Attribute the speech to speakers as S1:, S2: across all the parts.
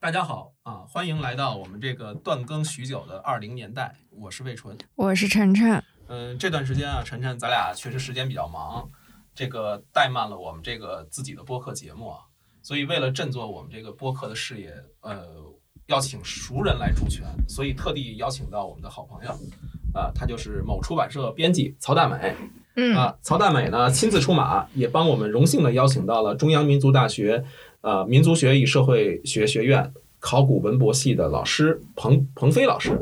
S1: 大家好啊，欢迎来到我们这个断更许久的二零年代，我是魏纯。
S2: 我是晨晨，
S1: 嗯，这段时间啊，晨晨，咱俩确实时间比较忙，这个怠慢了我们这个自己的播客节目啊。所以为了振作我们这个播客的事业，呃，要请熟人来助拳，所以特地邀请到我们的好朋友，啊、他就是某出版社编辑曹大美。
S2: 嗯，
S1: 啊，曹大美呢亲自出马，也帮我们荣幸的邀请到了中央民族大学呃民族学与社会学学院考古文博系的老师彭彭飞老师。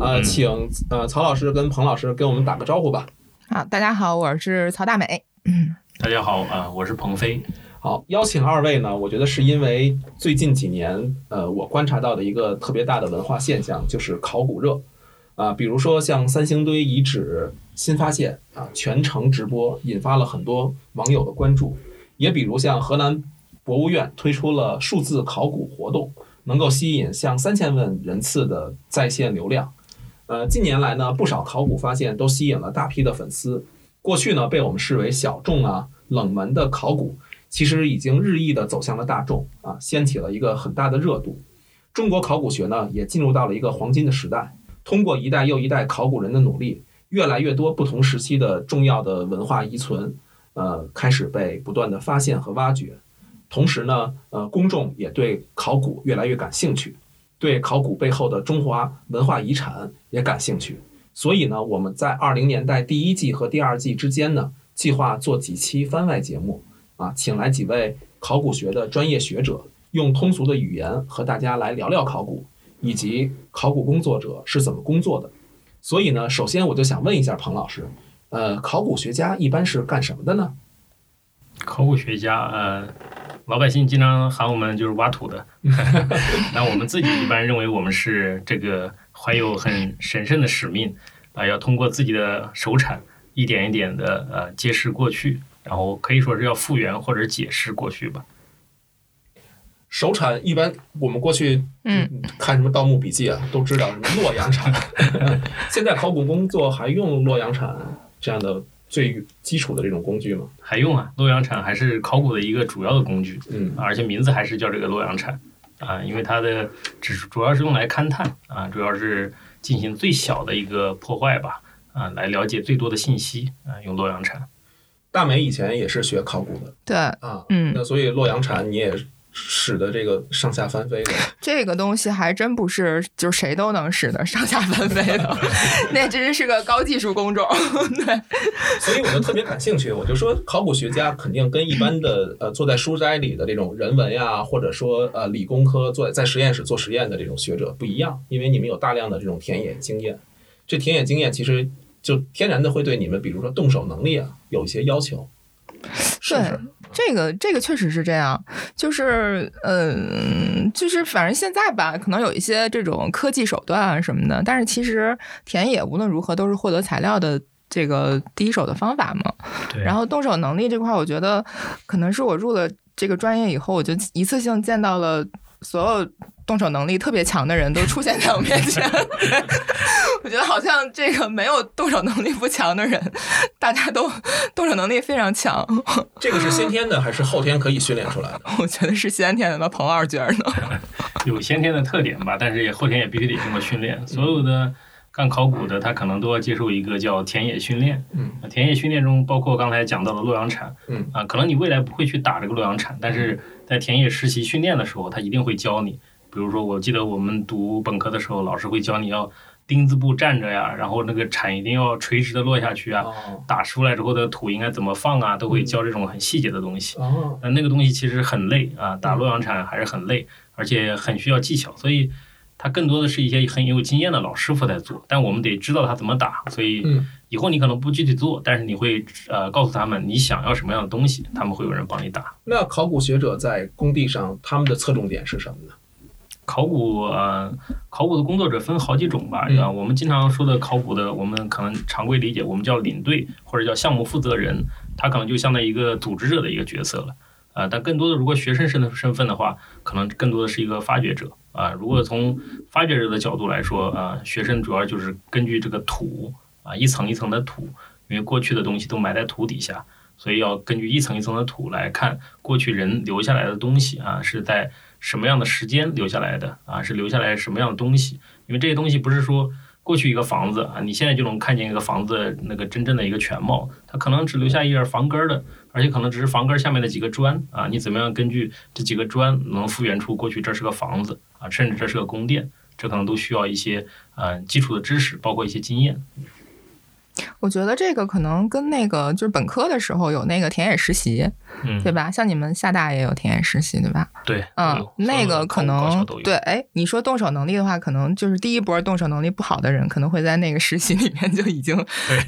S1: 呃，
S3: 嗯
S1: 请呃曹老师跟彭老师跟我们打个招呼吧。
S4: 好，大家好，我是曹大美。
S3: 大家好啊，我是鹏飞。
S1: 好，邀请二位呢，我觉得是因为最近几年，呃，我观察到的一个特别大的文化现象就是考古热，啊、比如说像三星堆遗址新发现啊、全程直播，引发了很多网友的关注，也比如像河南博物院推出了数字考古活动，能够吸引像三千万人次的在线流量。呃，近年来呢，不少考古发现都吸引了大批的粉丝。过去呢，被我们视为小众啊、冷门的考古，其实已经日益的走向了大众啊，掀起了一个很大的热度。中国考古学呢，也进入到了一个黄金的时代。通过一代又一代考古人的努力，越来越多不同时期的重要的文化遗存，呃，开始被不断的发现和挖掘。同时呢，呃，公众也对考古越来越感兴趣，对考古背后的中华文化遗产也感兴趣。所以呢，我们在二零年代第一季和第二季之间呢，计划做几期番外节目，啊，请来几位考古学的专业学者，用通俗的语言和大家来聊聊考古，以及考古工作者是怎么工作的。所以呢，首先我就想问一下彭老师，呃，考古学家一般是干什么的呢？
S3: 考古学家，呃，老百姓经常喊我们就是挖 土的，那我们自己一般认为我们是这个怀有很神圣的使命啊、要通过自己的手铲一点一点的呃揭示过去，然后可以说是要复原或者解释过去吧。
S1: 首产一般我们过去
S4: 嗯
S1: 看什么《盗墓笔记》啊，都知道什么洛阳 铲。现在考古工作还用洛阳铲这样的最基础的这种工具吗？
S3: 还用啊，洛阳铲还是考古的一个主要的工具。
S1: 嗯
S3: 啊而且名字还是叫这个洛阳铲啊，因为它的只是主要是用来勘探啊，主要是进行最小的一个破坏吧啊，来了解最多的信息啊，用洛阳铲。
S1: 大美以前也是学考古的
S4: 对，
S1: 啊，
S4: 嗯
S1: 那所以洛阳铲你也使得这个上下翻飞的。
S4: 这个东西还真不是就谁都能使得 上下翻飞 的，那真是个高技术工种。对，
S1: 所以我就特别感兴趣，我就说考古学家肯定跟一般的呃坐在书斋里的这种人文呀，或者说呃理工科坐在在实验室做实验的这种学者不一样，因为你们有大量的这种田野经验，这田野经验其实就天然的会对你们，比如说动手能力啊，有一些要求， 是不是？
S4: 这个这个确实是这样，就是嗯，就是反正现在吧，可能有一些这种科技手段啊什么的，但是其实田野无论如何都是获得材料的这个第一手的方法嘛。
S3: 对
S4: 然后动手能力这块儿，我觉得可能是我入了这个专业以后，我就一次性见到了所有动手能力特别强的人都出现在我面前。 我觉得好像这个没有动手能力不强的人，大家都动手能力非常强。
S1: 这个是先天的还是后天可以训练出来的？
S4: 我觉得是先天的吧，彭二觉得呢？
S3: 有先天的特点吧，但是也后天也必须得经过训练。所有的干考古的，他可能都要接受一个叫田野训练。
S1: 嗯
S3: 啊，田野训练中包括刚才讲到的洛阳铲。
S1: 嗯，
S3: 啊，可能你未来不会去打这个洛阳铲，但是在田野实习训练的时候，他一定会教你。比如说，我记得我们读本科的时候，老师会教你要钉子步站着呀，然后那个铲一定要垂直的落下去啊，
S1: 哦
S3: 打出来之后的土应该怎么放啊，都会教这种很细节的东西。
S1: 哦，
S3: 但那个东西其实很累啊，打洛阳铲还是很累，而且很需要技巧，所以它更多的是一些很有经验的老师傅在做，但我们得知道他怎么打，所以
S1: 嗯
S3: 以后你可能不具体做，但是你会呃告诉他们你想要什么样的东西，他们会有人帮你打。
S1: 那考古学者在工地上他们的侧重点是什么呢？
S3: 考古呃，考古的工作者分好几种吧，
S1: 嗯
S3: 啊，我们经常说的考古的，我们可能常规理解，我们叫领队或者叫项目负责人，他可能就相当于一个组织者的一个角色了，啊，但更多的如果学生身身份的话，可能更多的是一个发掘者啊。如果从发掘者的角度来说，啊，学生主要就是根据这个土啊，一层一层的土，因为过去的东西都埋在土底下，所以要根据一层一层的土来看过去人留下来的东西啊，是在什么样的时间留下来的啊，是留下来什么样的东西，因为这些东西不是说。过去一个房子啊，你现在就能看见一个房子那个真正的一个全貌，它可能只留下一点房根儿的，而且可能只是房根儿下面的几个砖啊。你怎么样根据这几个砖能复原出过去这是个房子啊，甚至这是个宫殿，这可能都需要一些呃基础的知识，包括一些经验。
S4: 我觉得这个可能跟那个就是本科的时候有那个田野实习，
S3: 嗯，
S4: 对吧？像你们厦大也有田野实习，对吧？
S3: 对，
S4: 嗯
S3: 有，
S4: 那个可
S3: 高校
S4: 能
S3: 都有
S4: 对，哎，你说动手能力的话，可能就是第一波动手能力不好的人，可能会在那个实习里面就已经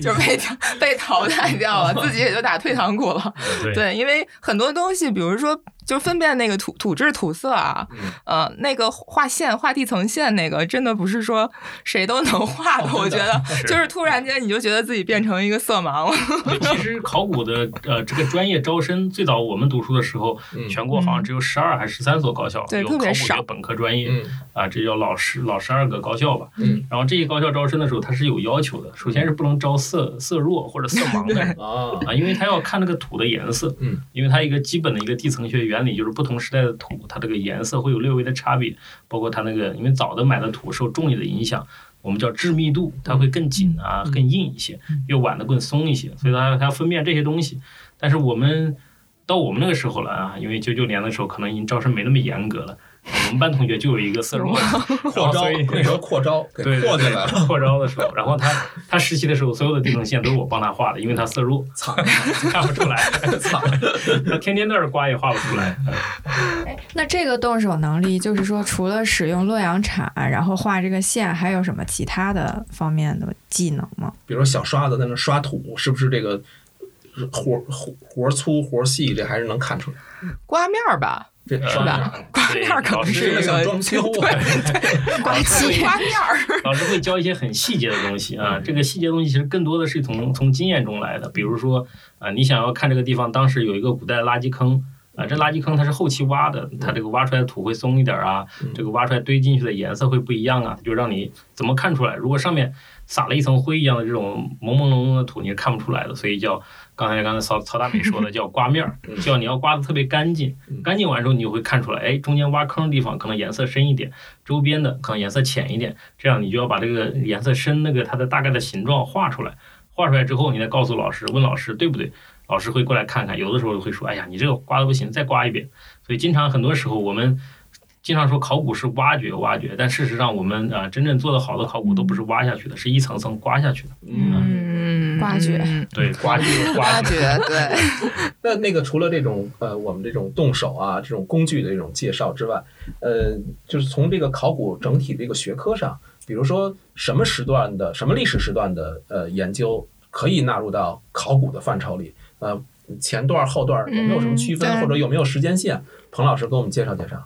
S4: 就被被淘汰掉了，自己也就打退堂鼓了。
S3: 嗯对
S4: 对，因为很多东西，比如说，就分辨那个土土质土色啊，
S3: 嗯
S4: 呃，那个画线、画地层线，那个真的不是说谁都能画的。我觉得，
S3: 哦是
S4: 就是突然间你就觉得自己变成一个色盲了。
S3: 对，其实考古的呃这个专业招生，最早我们读书的时候，
S1: 嗯
S3: 全国好像只有十二还是十三所高校
S4: 对
S3: 有考
S4: 特
S3: 古
S4: 别
S3: 这
S4: 少
S3: 个本科专业
S1: 嗯
S3: 啊，这叫老十老十二个高校吧。
S1: 嗯
S3: 然后这些高校招生的时候，它是有要求的，首先是不能招色色弱或者色盲的人
S4: 哦
S1: 啊，
S3: 啊，因为他要看那个土的颜色，
S1: 嗯，
S3: 因为它一个基本的一个地层学原理就是不同时代的土，它这个颜色会有略微的差别，包括它那个因为早的买的土受重力的影响，我们叫致密度，它会更紧啊，
S1: 嗯
S3: 更硬一些，越晚的更松一些，所以它它要分辨这些东西。但是我们到我们那个时候了啊，因为九九年的时候可能已经招生没那么严格了，我们班同学就有一个色弱的，
S1: 扩招
S3: 所 以
S1: 哦那时候扩招给
S3: 对，对
S1: 扩进
S3: 对
S1: 来了，
S3: 扩招的时候，然后 他他实习的时候，所有的地层线都是我帮他画的，因为他色弱，
S1: 操
S3: 看不出来，
S1: 操，
S3: 他天天在这儿刮也画不出 来。
S2: 那这个动手能力，就是说除了使用洛阳铲，然后画这个线，还有什么其他的方面的技能吗？
S1: 比如说小刷子在那刷土，是不是这个活活活粗活细，这还是能看出来，
S4: 刮面儿吧，
S1: 这
S3: 呃
S4: 是吧？刮
S3: 对
S4: 面儿可
S3: 老
S4: 能
S3: 师
S4: 是一
S1: 这
S4: 个
S1: 像装修啊，
S4: 刮
S3: 漆
S4: 刮面儿。
S3: 老师会教一些很细节的东西
S1: 嗯
S3: 啊，这个细节东西其实更多的是从从经验中来的。比如说啊、你想要看这个地方当时有一个古代的垃圾坑啊、这垃圾坑它是后期挖的，它这个挖出来的土会松一点啊
S1: 嗯，
S3: 这个挖出来堆进去的颜色会不一样啊，就让你怎么看出来？如果上面撒了一层灰一样的这种朦朦胧胧的土，你是看不出来的。所以叫刚才刚才曹曹大 美说的叫刮面儿
S1: 嗯，
S3: 叫你要刮的特别干净
S1: 嗯，
S3: 干净完之后你就会看出来，哎，中间挖坑的地方可能颜色深一点，周边的可能颜色浅一点。这样你就要把这个颜色深那个它的大概的形状画出来，画出来之后，你再告诉老师，问老师对不对？老师会过来看看，有的时候会说，哎呀，你这个刮的不行，再刮一遍。所以经常很多时候我们经常说考古是挖掘挖掘，但事实上我们啊、呃真正做的好的考古都不是挖下去的，是一层层刮下去的。
S1: 嗯。
S4: 嗯
S2: 刮掘
S3: 对，刮掘
S4: 刮
S3: 刮掘。
S4: 掘，对。
S1: 那那个除了这种呃我们这种动手啊这种工具的这种介绍之外，呃，就是从这个考古整体这个学科上，比如说什么时段的什么历史时段的呃研究可以纳入到考古的范畴里，呃，前段儿后段儿有没有什么区分，
S4: 嗯对
S1: 或者有没有时间线？彭老师给我们介绍介绍。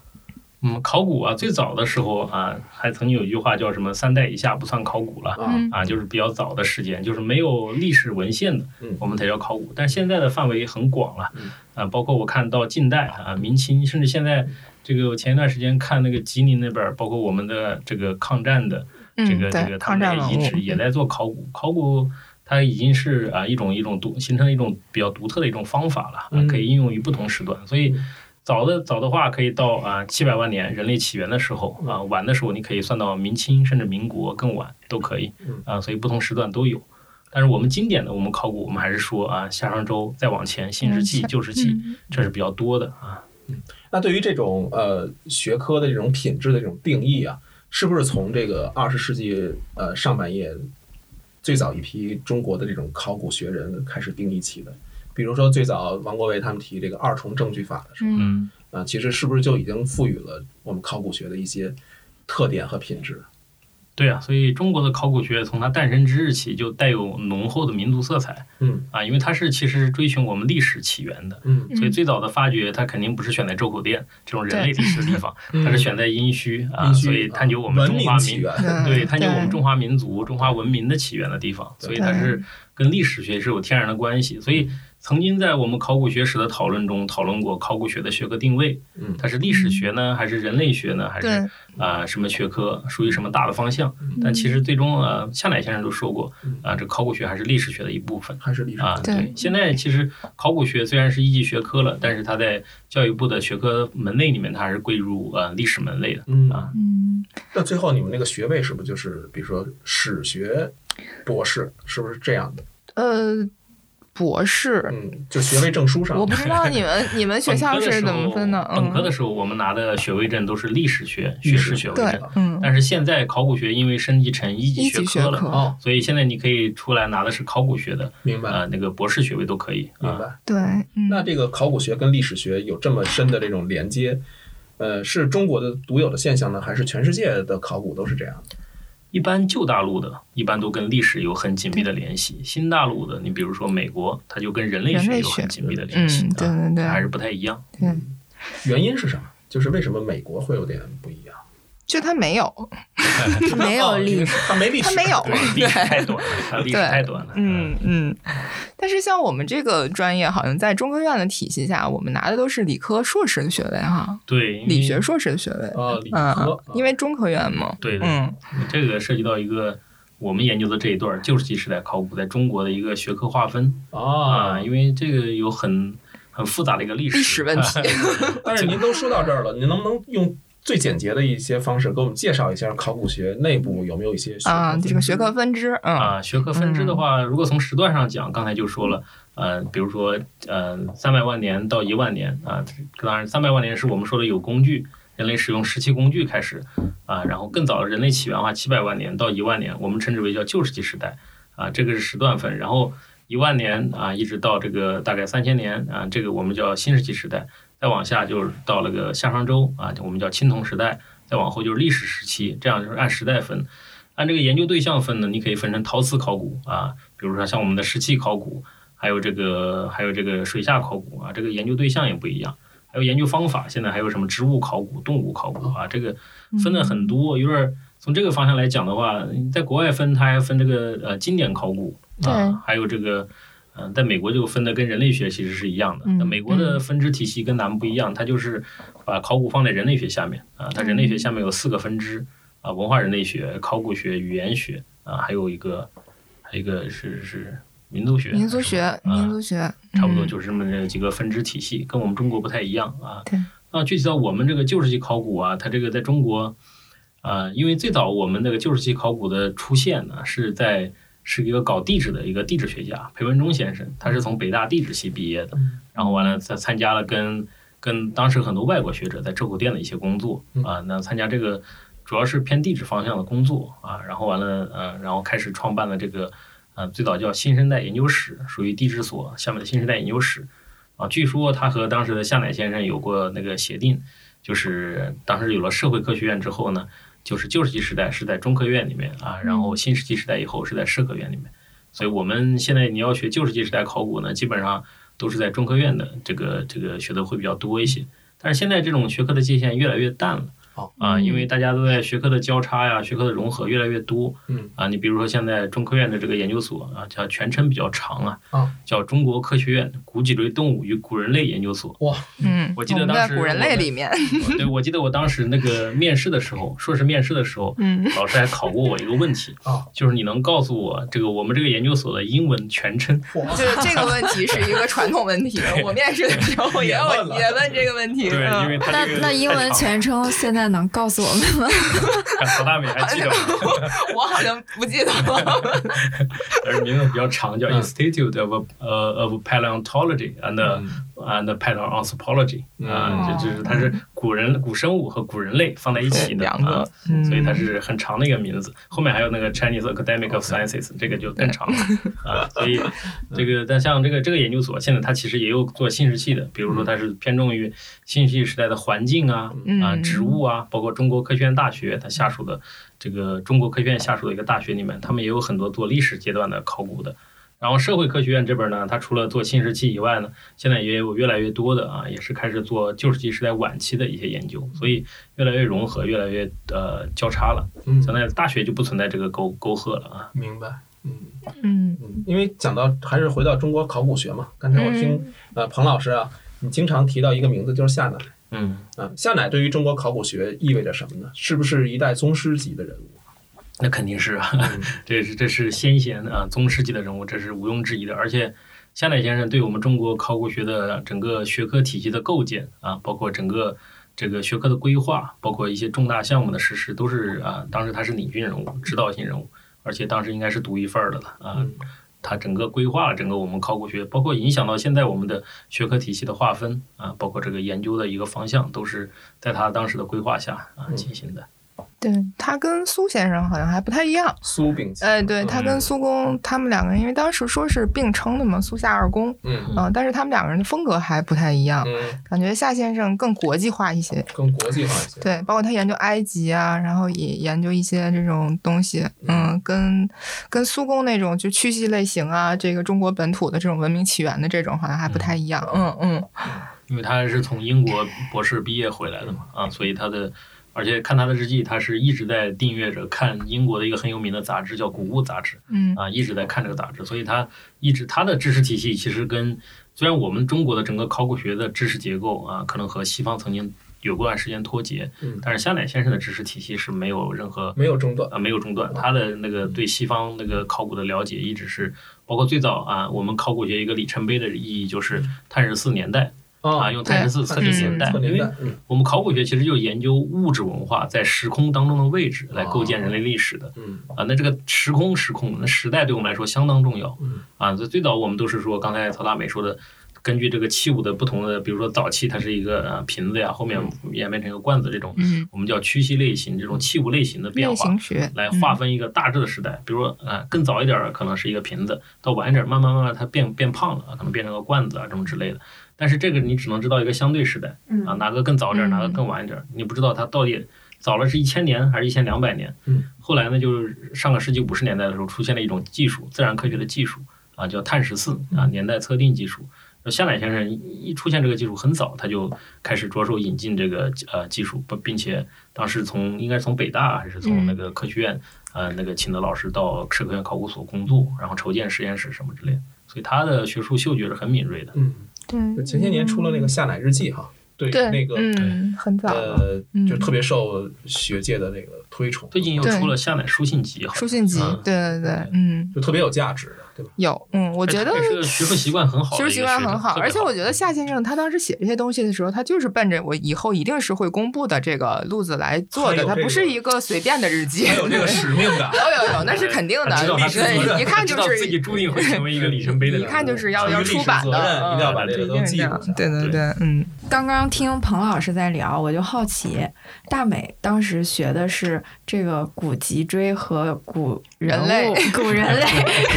S3: 嗯，考古啊，最早的时候啊，还曾经有一句话叫什么“三代以下不算考古”了。
S4: 嗯
S1: 啊，
S3: 啊，就是比较早的时间，就是没有历史文献的
S1: 嗯，
S3: 我们才叫考古。但是现在的范围很广了
S1: 嗯，
S3: 啊，包括我看到近代啊、明清，甚至现在这个，我前一段时间看那个吉林那边儿，包括我们的这个抗战的
S4: 嗯，
S3: 这个
S4: 对
S3: 这个他
S4: 抗
S3: 们
S4: 战
S3: 的
S4: 文
S3: 遗址
S4: 物，
S3: 也在做考古，考古它已经是啊一种一种独形成一种比较独特的一种方法了，啊
S1: 嗯
S3: 可以应用于不同时段，所以。早的早的话，可以到啊七百万年人类起源的时候啊，晚的时候你可以算到明清甚至民国更晚都可以
S1: 嗯
S3: 啊，所以不同时段都有。但是我们经典的我们考古，我们还是说啊夏商周再往前新石器
S4: 嗯
S3: 旧石器，这是比较多的啊。
S1: 那对于这种呃学科的这种品质的这种定义啊，是不是从这个二十世纪呃上半叶最早一批中国的这种考古学人开始定义起的？比如说最早王国维他们提这个二重证据法的时候
S4: 嗯，
S3: 嗯，
S1: 啊、其实是不是就已经赋予了我们考古学的一些特点和品质？
S3: 对啊，所以中国的考古学从它诞生之日起就带有浓厚的民族色彩。
S1: 嗯
S3: 啊，因为它是其实追寻我们历史起源的，
S1: 嗯
S3: 所以最早的发掘它肯定不是选在周口店这种人类历史的地方，
S1: 嗯
S3: 它是选在殷墟啊，
S1: 殷墟
S3: 所以探究我们
S1: 文
S3: 中
S1: 明
S3: 华
S1: 起
S3: 民。
S1: 源，
S4: 嗯
S3: 对，探究我
S4: 对
S3: 们中华民族、中华文明的起源的地方，所以它
S4: 对
S3: 是跟历史学是有天然的关系。所以曾经在我们考古学史的讨论中讨论过考古学的学科定位，
S1: 嗯
S3: 它是历史学呢，还是人类学呢，还是
S4: 对，嗯
S3: 啊、什么学科，属于什么大的方向？但其实最终呃，夏乃先生都说过
S1: 嗯，
S3: 啊、这考古学还是历史学的一部分。
S1: 还是历史
S3: 啊，
S4: 对
S3: 对，现在其实考古学虽然是一级学科了，但是它在教育部的学科门类里面，它还是归入呃历史门类的。
S1: 嗯
S3: 啊
S2: 嗯，
S1: 那最后你们那个学位是不是就是，比如说史学博士，是不是这样的？
S4: 呃，博士，
S1: 嗯，就学位证书上
S4: 我不知道你们你们学校是怎么分的？
S3: 本科的时候本科
S4: 嗯
S3: 的时候，我们拿的学位证都是历史学
S1: 历
S3: 学
S1: 史
S3: 士学位
S4: 对
S3: 证，
S4: 嗯，
S3: 但是现在考古学因为升级成一级
S4: 一级学
S3: 科了，
S4: 科，
S1: 哦，
S3: 所以现在你可以出来拿的是考古学的
S1: 明白
S3: 呃那个博士学位都可以
S1: 明
S3: 啊。
S1: 白。
S4: 对，嗯
S1: 那这个考古学跟历史学有这么深的这种连接，呃，是中国的独有的现象呢，还是全世界的考古都是这样？
S3: 一般旧大陆的，一般都跟历史有很紧密的联系；新大陆的，你比如说美国，它就跟人类
S4: 人类
S3: 学有
S4: 学
S3: 很紧密的联系
S4: 嗯，，对
S3: 啊
S4: 对
S3: 它还
S4: 对，
S3: 是不太一样。
S4: 对，
S1: 原因是什么？就是为什么美国会有点不一 样？
S4: 就他没有，
S2: 没有 历
S1: 史，它没历史，
S4: 他没有，
S3: 对，历史太短了，它历史
S4: 对
S3: 太短了。
S4: 嗯嗯，但是像我们这个专业，好像在中科院的体系下，我们拿的都是理科硕士的学位哈，
S3: 对，因为
S4: 理学硕士的学位，
S1: 啊，理科，
S4: 嗯
S1: 啊，
S4: 因为中科院嘛，
S3: 对的，
S4: 嗯，
S3: 这个涉及到一个我们研究的这一段旧石器时代考古在中国的一个学科划分啊，
S1: 啊，
S3: 因为这个有很很复杂的一个历史
S4: 历史问题，
S1: 但是您都说到这儿了，您能不能用最简洁的一些方式给我们介绍一下考古学内部有没有一些学科
S4: 啊，
S1: 分支
S4: 这个学科分支，嗯，
S3: 啊，学科分支的话，如果从时段上讲，刚才就说了，呃，比如说呃，三百万年到一万年啊，当然三百万年是我们说的有工具，人类使用石器工具开始啊，然后更早的人类起源的话，七百万年到一万年，我们称之为叫旧石器时代啊，这个是时段分，然后一万年啊，一直到这个大概三千年啊，这个我们叫新石器时代，再往下就是到了个夏商周啊，我们叫青铜时代，再往后就是历史时期，这样就是按时代分。按这个研究对象分呢，你可以分成陶瓷考古啊，比如说像我们的石器考古，还有这个还有这个水下考古啊，这个研究对象也不一样，还有研究方法，现在还有什么植物考古、动物考古啊，这个分的很多，有点儿从这个方向来讲的话，你在国外分它还分这个呃经典考古
S4: 对
S3: 啊，还有这个。嗯、在美国就分的跟人类学其实是一样的。
S4: 嗯
S3: 那美国的分支体系跟咱们不一样，它就是把考古放在人类学下面啊，它人类
S4: 嗯
S3: 学下面有四个分支，啊，文化人类学、考古学、语言学啊，还有一个，还有一个是是民族学，
S4: 民族学，
S3: 还是什
S4: 民
S3: 么啊，
S4: 族学，
S3: 差不多
S4: 嗯
S3: 就是这么这几个分支体系，跟我们中国不太一样啊。
S4: 对。
S3: 那具体到我们这个旧石器考古啊，它这个在中国，啊，因为最早我们那个旧石器考古的出现呢，是在是一个搞地质的一个地质学家裴文中先生，他是从北大地质系毕业的，
S4: 嗯
S3: 然后完了他参加了跟跟当时很多外国学者在周口店的一些工作
S1: 嗯
S3: 啊，那参加这个主要是偏地质方向的工作啊，然后完了呃，然后开始创办了这个呃最早叫新生代研究室，属于地质所下面的新生代研究室啊。据说他和当时的夏乃先生有过那个协定，就是当时有了社会科学院之后呢，就是旧石器时代是在中科院里面啊，然后新石器时代以后是在社科院里面。所以我们现在你要学旧石器时代考古呢，基本上都是在中科院的这个这个学的会比较多一些。但是现在这种学科的界限越来越淡了，
S1: 哦
S3: 啊，因为大家都在学科的交叉呀、学科的融合越来越多，
S1: 嗯
S3: 啊，你比如说现在中科院的这个研究所啊，叫全称比较长啊，
S1: 啊
S3: 叫中国科学院古脊椎动物与古人类研究 所。
S1: 哇，
S4: 嗯，
S3: 我记得
S4: 们
S3: 当
S4: 在
S3: 时
S4: 古人
S3: 我
S4: 类
S3: 们
S4: 里面，
S3: 对，我记得我当时那个面试的时候，硕士面试的时候，
S4: 嗯，
S3: 老师还考过我一个问题
S1: 啊，
S3: 就是你能告诉我这个我们这个研究所的英文全称？
S1: 哇
S4: 就是这个问题是一个传统问题，我面 试的时候也
S1: 也
S4: 有
S1: 问了
S4: 也问这个问题，
S3: 对，
S4: 嗯
S3: 因为他
S2: 那
S3: 这个
S2: 啊那英
S3: 太
S2: 文
S3: 长
S2: 全称现在能告诉我们吗？
S3: 了曹大美还记得吗？
S4: 我好像不记得了。
S3: 而名字比较长，叫
S1: 嗯
S3: Institute of 呃 of Paleontology and uh,
S1: 嗯
S3: and Paleoanthropology 啊
S2: 嗯，
S3: 这就是它是古人古生物和古人类放在一起的
S4: 两个
S3: 啊，所以它是很长的一个名字。后面还有那个 Chinese Academic of Sciences，这个就更长了啊。所以这个但像这个这个研究所，现在它其实也有做新石器的，比如说它是偏重于新石器时代的环境啊啊
S4: 嗯
S3: 植物啊，包括中国科学院大学它下属的这个中国科学院下属的一个大学里面，他们也有很多做历史阶段的考古的。然后社会科学院这边呢，它除了做新石器以外呢，现在也有越来越多的啊，也是开始做旧石器时代晚期的一些研究，所以越来越融合，越来越呃交叉了。
S1: 嗯
S3: 现在大学就不存在这个沟沟壑了啊。
S1: 明白。嗯
S4: 嗯
S1: 嗯，因为讲到还是回到中国考古学嘛，刚才我听、
S4: 嗯
S1: 呃彭老师啊，你经常提到一个名字就是夏乃
S3: 嗯，
S1: 啊，夏乃对于中国考古学意味着什么呢？是不是一代宗师级的人物？
S3: 那肯定是啊，
S1: 嗯
S3: 这是这是先贤啊，宗师级的人物，这是毋庸置疑的。而且夏乃先生对我们中国考古学的整个学科体系的构建啊，包括整个这个学科的规划，包括一些重大项目的实施，都是啊，当时他是领军人物、指导性人物，而且当时应该是独一份儿的了啊
S1: 嗯。
S3: 他整个规划了整个我们考古学，包括影响到现在我们的学科体系的划分啊，包括这个研究的一个方向，都是在他当时的规划下啊
S1: 嗯
S3: 进行的。
S4: 对他跟苏先生好像还不太一样。
S1: 苏炳添，
S4: 哎，对
S3: 嗯
S4: 他跟苏公他们两个，因为当时说是并称的嘛，苏夏二公，
S1: 嗯
S4: 嗯、但是他们两个人的风格还不太一样，
S1: 嗯，
S4: 感觉夏先生更国际化一些。
S1: 更国际化一些。
S4: 对，包括他研究埃及啊，然后也研究一些这种东西，嗯，跟跟苏公那种就区系类型啊，这个中国本土的这种文明起源的这种好像还不太一样，嗯嗯，
S3: 因为他是从英国博士毕业回来的嘛，啊，所以他的，而且看他的日记，他是一直在订阅着看英国的一个很有名的杂志叫《古物杂志》
S4: 嗯
S3: 啊，一直在看这个杂志，所以他一直他的知识体系其实跟虽然我们中国的整个考古学的知识结构啊，可能和西方曾经有过段时间脱节
S1: 嗯，
S3: 但是夏乃先生的知识体系是没有任何
S1: 没有中断，嗯
S3: 啊，没有中断。他的那个对西方那个考古的了解，一直是包括最早啊，我们考古学一个里程碑的意义
S1: 嗯
S3: 就是碳十四年代啊，用碳十四测
S1: 三
S3: 这
S1: 十四
S4: 哦对
S3: 个年代，
S1: 测
S3: 因
S1: 年
S3: 为
S1: 代，哦嗯
S3: 我们考古学其实就研究物质文化在时空当中的位置，来构建人类历史的。
S1: 嗯
S3: 啊，那这个时空时空，那时代对我们来说相当重要
S1: 嗯。
S3: 啊，最最早我们都是说，刚才曹大美说的，根据这个器物的不同的，比如说早期它是一个呃瓶子呀，后面演变成一个罐子这种，
S4: 嗯，
S3: 我们叫区系类型这种器物类型的变
S4: 类
S3: 化。
S4: 型学嗯
S3: 来划分一个大致的时代。比如说，呃，更早一点儿可能是一个瓶子，到晚一点儿，慢慢慢慢它变变胖了，可能变成个罐子啊这么之类的。但是这个你只能知道一个相对时代
S2: 嗯
S3: 啊，哪个更早点儿，
S4: 嗯
S3: 哪个更晚一点儿，你不知道它到底早了是一千年还是一千两百年
S1: 嗯。
S3: 后来呢，就是上个世纪五十年代的时候出现了一种技术，自然科学的技术啊，叫碳十四啊，
S4: 嗯
S3: 年代测定技术。那夏乃先生一一出现这个技术很早，他就开始着手引进这个呃技术，不并且当时从应该是从北大还是从
S4: 嗯
S3: 那个科学院，呃，那个请的老师到社科院考古所工作，然后筹建实验室什么之类的，所以他的学术嗅觉是很敏锐的。
S1: 嗯，
S4: 对
S1: 就前些年出了那个《夏乃日记》哈，对
S4: 对
S1: 那个
S4: 嗯很早了
S1: 呃，
S4: 嗯
S1: 就特别受学界的那个推崇，
S3: 最近又
S4: 对
S3: 出了夏乃书信集，好像
S4: 书信集
S3: 嗯，
S4: 对对对，嗯
S1: 就特别有价值的，对吧？
S4: 有，嗯，我
S3: 这
S4: 觉得
S3: 这哎是个学术习惯很好
S4: 学
S3: 的一
S4: 术
S3: 个学者，
S4: 习惯很好，
S3: 特别
S4: 而且我觉得夏先生他当时写这些东西的时候，他就是奔着我以后一定是会公布的这个路子来做
S1: 他
S4: 的，
S1: 有
S4: 他
S1: 这
S4: 不
S1: 个
S4: 是一个随便的日记。
S1: 还 有这个使命感，
S4: 有有有，那是肯定的
S3: 他知道他，自己
S4: 对，一看就
S3: 知道
S4: 是
S3: 自己注定会成为一个里程碑的人
S4: 一
S3: 物，
S4: 看就是要
S1: 有
S4: 要
S1: 历史
S4: 出版的，
S1: 责任
S4: 嗯
S1: 一定要把这个都
S4: 一定是
S1: 记
S4: 这
S1: 录
S4: 样
S1: 下来
S4: 对对对，嗯
S2: 刚刚听彭老师在聊，我就好奇，大美当时学的是这个古脊椎和古人物
S4: 人、
S2: 古人类、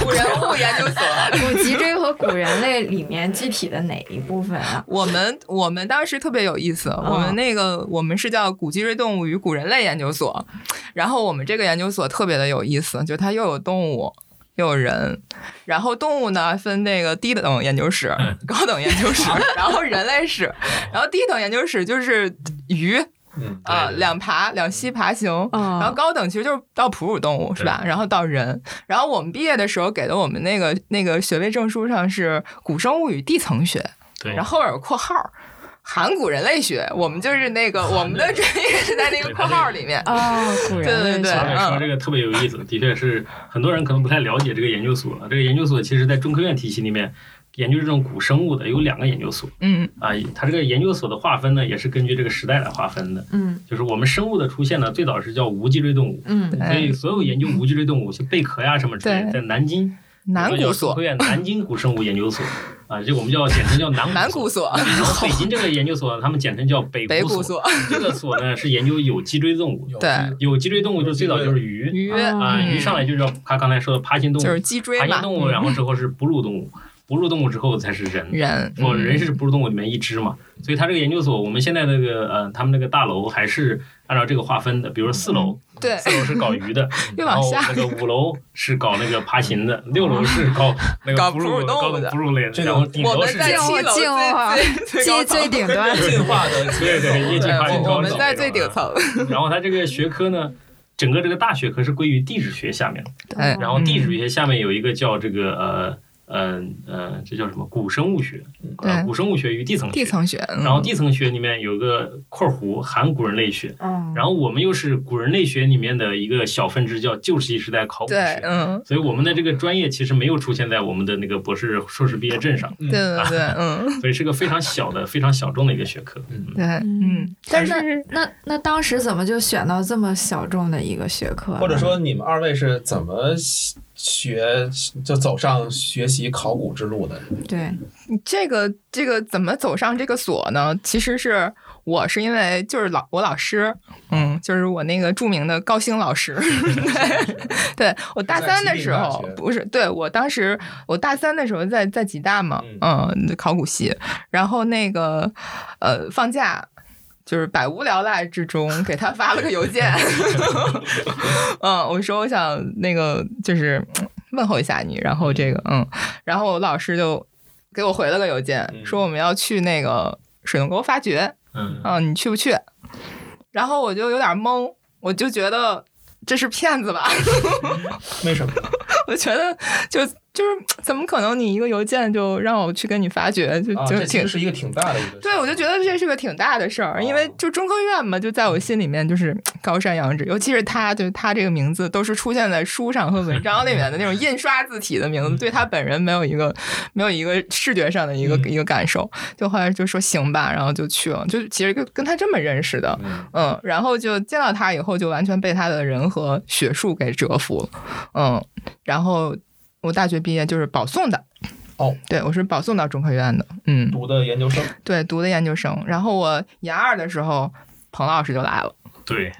S4: 古人物研究所。
S2: 古脊椎和古人类里面具体的哪一部分啊？
S4: 我们我们当时特别有意思，
S1: 嗯
S4: 我们那个我们是叫古脊椎动物与古人类研究所，然后我们这个研究所特别的有意思，就它又有动物。又有人，然后动物呢分那个低等研究室、
S3: 嗯
S4: 高等研究 室，然后人类室，然后低等研究室就是鱼
S1: 嗯，
S4: 啊、
S3: 对
S4: 两爬两栖爬行，
S2: 嗯
S4: 然后高等其实就是到哺乳动物是吧？然后到人，然后我们毕业的时候给的我们那个那个学位证书上是古生物与地层学，
S3: 对，
S4: 然后后边有括号儿，含古人类学，我们就是那 个我们的专业是在那个括号儿里面。
S2: 哦，古人
S4: 对
S2: 类
S4: 对对
S2: 学
S3: 小海说
S4: 嗯
S3: 这个特别有意思，的确是很多人可能不太了解这个研究所。这个研究所其实在中科院体系里面研究这种古生物的有两个研究所
S4: 嗯
S3: 啊，它这个研究所的划分呢也是根据这个时代来划分的。
S2: 嗯
S3: 就是我们生物的出现呢，最早是叫无脊椎动物，
S2: 嗯
S3: 所以所有研究无脊椎动物，像贝壳呀什么之类
S4: 对
S3: 的，在南京
S4: 南
S3: 有
S4: 古
S3: 个叫中
S4: 所
S3: 科，院南京古生物研究所啊，这个我们叫简称叫南
S4: 南
S3: 古
S4: 古
S3: 所。
S4: 所，
S3: 然后北京这个研究所，他们简称叫北
S4: 北
S3: 古
S4: 古所，
S3: 所。这个所呢是研究有脊椎动物，
S1: 有
S4: 对
S3: 有脊椎动物就是最早就是鱼，
S4: 鱼
S2: 嗯
S3: 啊，鱼上来就叫他刚才说的爬行动
S4: 就是
S3: 物，
S4: 脊
S3: 爬
S4: 椎
S3: 行
S4: 嘛，嗯
S3: 动物，然后之后是哺乳动物，哺乳动物之后才是人。
S4: 人，
S3: 我哦人
S4: 嗯
S3: 是哺乳动物里面一只嘛，所以它这个研究所，我们现在那个呃，他们那个大楼还是按照这个划分的，比如说四楼，
S4: 对，
S3: 四楼是搞鱼的，
S4: 越
S3: 然
S4: 嗯往
S3: 后
S4: 下嗯
S3: 那个五楼是搞那个爬行的，六楼是 搞那个
S4: 搞
S3: 哺
S4: 哺乳
S3: 乳
S4: 动物
S3: 搞
S4: 的
S3: 哺乳类
S1: 这种
S3: 的，然后顶
S4: 我
S3: 楼
S4: 们
S3: 是
S4: 在
S2: 这
S4: 七
S2: 种
S4: 楼
S2: 进化
S4: 最最
S2: 最
S4: 最
S2: 最
S4: 最
S2: 顶
S1: 跟
S2: 端
S1: 着进化的
S3: 对对，业绩
S4: 对
S3: 爬行
S4: 我
S3: 高
S4: 我们
S3: 手
S4: 在
S3: 那种
S4: 最顶
S3: 啊
S4: 层，
S3: 然后它这个学科呢，整个这个大学科是归于地质学下面的，
S4: 哎
S3: 然后地质学下面有一个叫这个呃呃呃，这叫什么古生物学？呃，
S4: 对
S3: 古生物学与地层学。
S4: 地层学，
S3: 然后
S4: 嗯
S3: 地层学里面有一个括弧含古人类学，
S2: 嗯，
S3: 然后我们又是古人类学里面的一个小分支，叫旧石器时代考古
S4: 对，
S3: 学。
S4: 嗯，
S3: 所以我们的这个专业其实没有出现在我们的那个博士、硕士毕业证上，
S4: 对对对，
S3: 啊
S4: 嗯。
S3: 所以是个非常小的、非常小众的一个学科。
S1: 嗯
S4: 对，
S2: 嗯
S4: 嗯，但
S2: 那
S4: 是
S2: 那那当时怎么就选到这么小众的一个学科呢？
S1: 或者说你们二位是怎么学就走上学习考古之路的？
S2: 对，
S4: 这个这个怎么走上这个锁呢？其实是我是因为就是老我老师，嗯，就是我那个著名的高星 老师，对我大
S1: 在
S4: 三
S1: 吉
S4: 的
S1: 林
S4: 时
S1: 大
S4: 候
S1: 学
S4: 不是，对我当时我大三的时候在在吉大嘛，嗯，考古系，然后那个呃放假。就是百无聊赖之中给他发了个 邮件，嗯，我说我想那个就是嗯问候一下你，然后这个嗯，然后我老师就给我回了个邮件，
S1: 嗯
S4: 说我们要去那个水龙沟发掘，
S3: 嗯，
S4: 嗯、你去不去？然后我就有点懵，我就觉得这是骗子吧，
S1: 为什么？
S4: 我觉得就就是怎么可能你一个邮件就让我去跟你发掘，就
S1: 啊，
S4: 就
S1: 这其
S4: 挺
S1: 实是一个挺大的一个事儿。
S4: 对，我就觉得这是个挺大的事
S1: 哦
S4: 儿，因为就中科院嘛，就在我心里面就是高山仰止，尤其是他，就是他这个名字都是出现在书上和文章里面的 那种印刷字体的名字，对他本人没有一个没有一个视觉上的一个
S1: 嗯
S4: 一个感受。就后来就说行吧，然后就去了，就其实跟跟他这么认识的，
S1: 嗯，
S4: 嗯，然后就见到他以后，就完全被他的人和学术给折服了，嗯，然后我大学毕业就是保送的，
S1: 哦，
S4: 对我是保送到中科院的，嗯。
S1: 读的研究 生，
S4: 对，读的研究生。然后我研二的时候，彭老师就来了。
S3: 对，